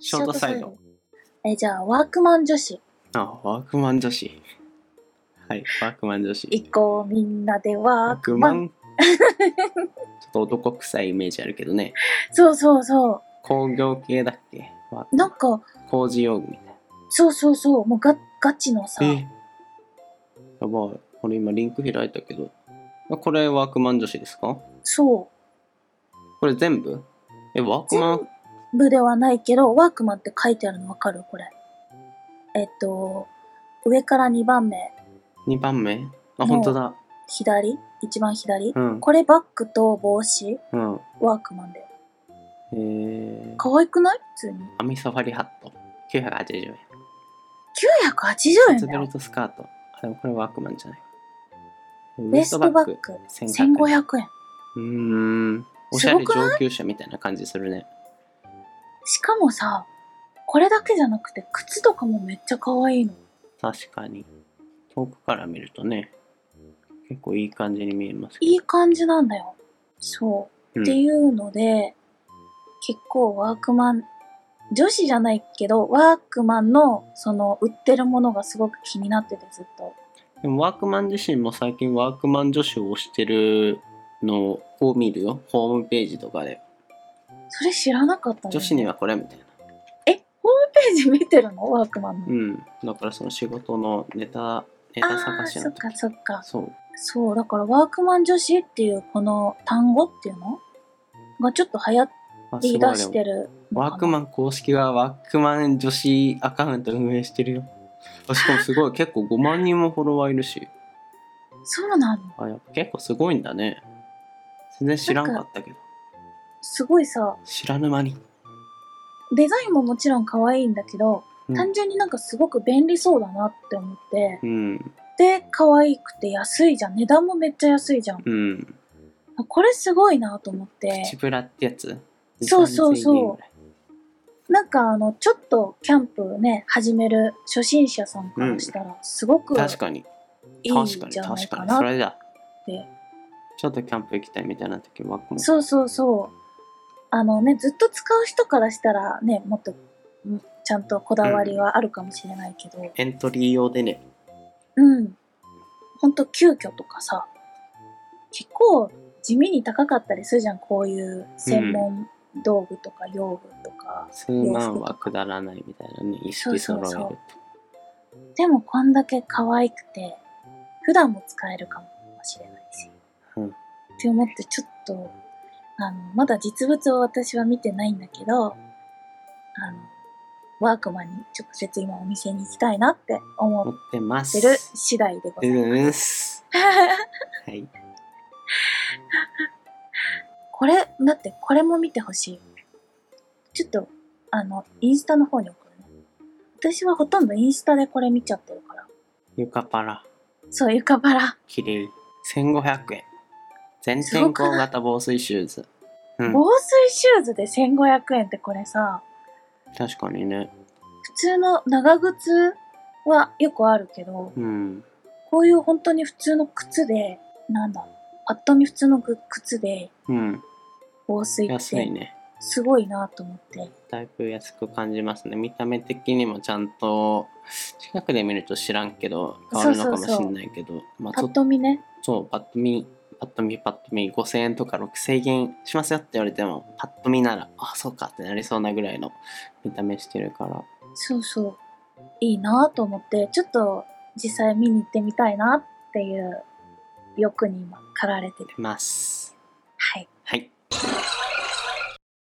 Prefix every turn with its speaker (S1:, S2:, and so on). S1: ショートサイド。
S2: え、じゃあ、ワークマン女子。
S1: あ、ワークマン女子。はい、ワークマン女子。
S2: 行こう、みんなでワ
S1: ワー
S2: ーク
S1: ク
S2: マ
S1: マ
S2: ン。
S1: ン。ちょっと男臭いイメージあるけどね。
S2: そうそうそ
S1: 工業系だっけワー
S2: う。
S1: クマ
S2: な
S1: ン
S2: んか、
S1: 工事用具みたいな。
S2: そうそうそう。もうガガチのさ。
S1: えやばい。これ今リンク開いたけど。あこれワークマン女子ですか
S2: そ
S1: これ全部え、ワークマン
S2: う。部ではないけど、ワークマンって書いてあるのわかるこれ。えっと、上から2番目、
S1: 2番目
S2: う
S1: あ、本当だ。
S2: 左一番左、
S1: うん。
S2: これバッグと帽子
S1: うん。
S2: ワークマンで。
S1: えー、
S2: 可愛くない普通に。
S1: アミサファリハット。980円。
S2: 980
S1: ツ
S2: 円だ
S1: ベル
S2: よ。
S1: トスカート。あ、でもこれワークマンじゃない。ウ
S2: ウエストバッグ
S1: 1500
S2: 1500円。
S1: うーん。おしゃれ
S2: すごく
S1: 上級者みたいな感じするね。
S2: しかもさ、これだけじゃなくて靴とかもめっちゃ可愛いの。
S1: 確かに。遠くから見るとね、結構いい感じに見えますけど。
S2: いい感じなんだよ。そう。
S1: うん
S2: っていうので、結構ワークマン、女子じゃないけど、ワークマンのその売ってるものがすごく気になっててずっと。
S1: でもワークマン自身も最近ワークマン女子を推してるのを見るよ。ホームページとかで。
S2: それ知らなかったの
S1: 女子にはこれみたいな。
S2: え、ホームページ見てるのワークマンの。
S1: うん。だからその仕事のネタ、ネタ
S2: ああ
S1: 探
S2: ー、
S1: し
S2: そ
S1: の
S2: っ
S1: 時
S2: かそっか。
S1: そう。
S2: そう、だからワークマン女子っていうこの単語っていうのがちょっと流行
S1: あ
S2: り
S1: すご
S2: 出
S1: い
S2: し
S1: で
S2: て
S1: も
S2: るのかな。
S1: ワークマン公式がワークマン女子アカウント運営してるよ。あしかもす ごい、結構5万人もフォロワーいるし。
S2: そうなの。
S1: あ、やっぱ結構すごいんだね。全然知らんかったけど。
S2: すごいさ、
S1: 知らぬ間に。
S2: デザインももちろん可愛いんだけど、
S1: うん
S2: 単純になんかすごく便利そうだなって思って、
S1: うん。
S2: で、可愛くて安いじゃん。値段もめっちゃ安いじゃん。
S1: うん。
S2: あこれすごいなと思って、
S1: 口ぶらってやつ
S2: そうそうそう
S1: 2000円ぐらい
S2: なんかあの、ちょっとキャンプね、始める初心者さんからしたら、すごくい
S1: 確かに。
S2: いん
S1: 確かに、
S2: じゃない
S1: 確か
S2: か
S1: に。そ
S2: な。
S1: れだ
S2: て。
S1: ちょっとキャンプ行きたいみたいな時は、この
S2: そうそうそう。あのね、ずっと使う人からしたらね、もっと、んちゃんとこだわりはあるかもしれないけど、
S1: エントリー用でね。
S2: うん。ほんと急遽とかさ、結構地味に高かったりするじゃん、こういう専門道具とか用具とか。
S1: 数万はくだらないみたいなね、意識揃えると。
S2: そうそうでもこんだけ可愛くて、普段も使えるかもしれないし。
S1: うん
S2: って思ってちょっと、あの、まだ実物を私は見てないんだけど、あの、ワークマンに直接今お店に行きたいなって思
S1: 持
S2: っ
S1: ってま
S2: て
S1: す。
S2: る次第でございます。
S1: うっす。はい。
S2: これ、だってこれも見てほしい。ちょっと、あの、インスタの方に送るね。私はほとんどインスタでこれ見ちゃってるから。
S1: 床パラ、
S2: そう、床バラ。
S1: 綺麗。1500円。全
S2: すご
S1: 天
S2: くない
S1: 候型防水シューズ。うん。
S2: 防水シューズで1500円ってこれさ、
S1: 確かにね。
S2: 普通の長靴はよくあるけど、
S1: うん。
S2: こういう本当に普通の靴で、なんだ、パッと見普通の靴で
S1: うん。
S2: 防水っ
S1: 安い
S2: て
S1: ね。
S2: すごいなと思って。
S1: だいぶ安く感じますね。見た目的にもちゃんと、近くで見ると知らんけど、変わるのかもしんないけど、まあち
S2: パ
S1: ょ
S2: ッ
S1: っと、
S2: と見ね。
S1: そう、パッと見、パッと見、パッと見、5000円とか6000円しますよって言われても、パッと見なら、あ、そうかってなりそうなぐらいの見た目してるから、
S2: そうそう。いいなと思って、ちょっと実際見に行ってみたいなっていう欲に今駆られてる。
S1: 出ます。
S2: はい。
S1: はい。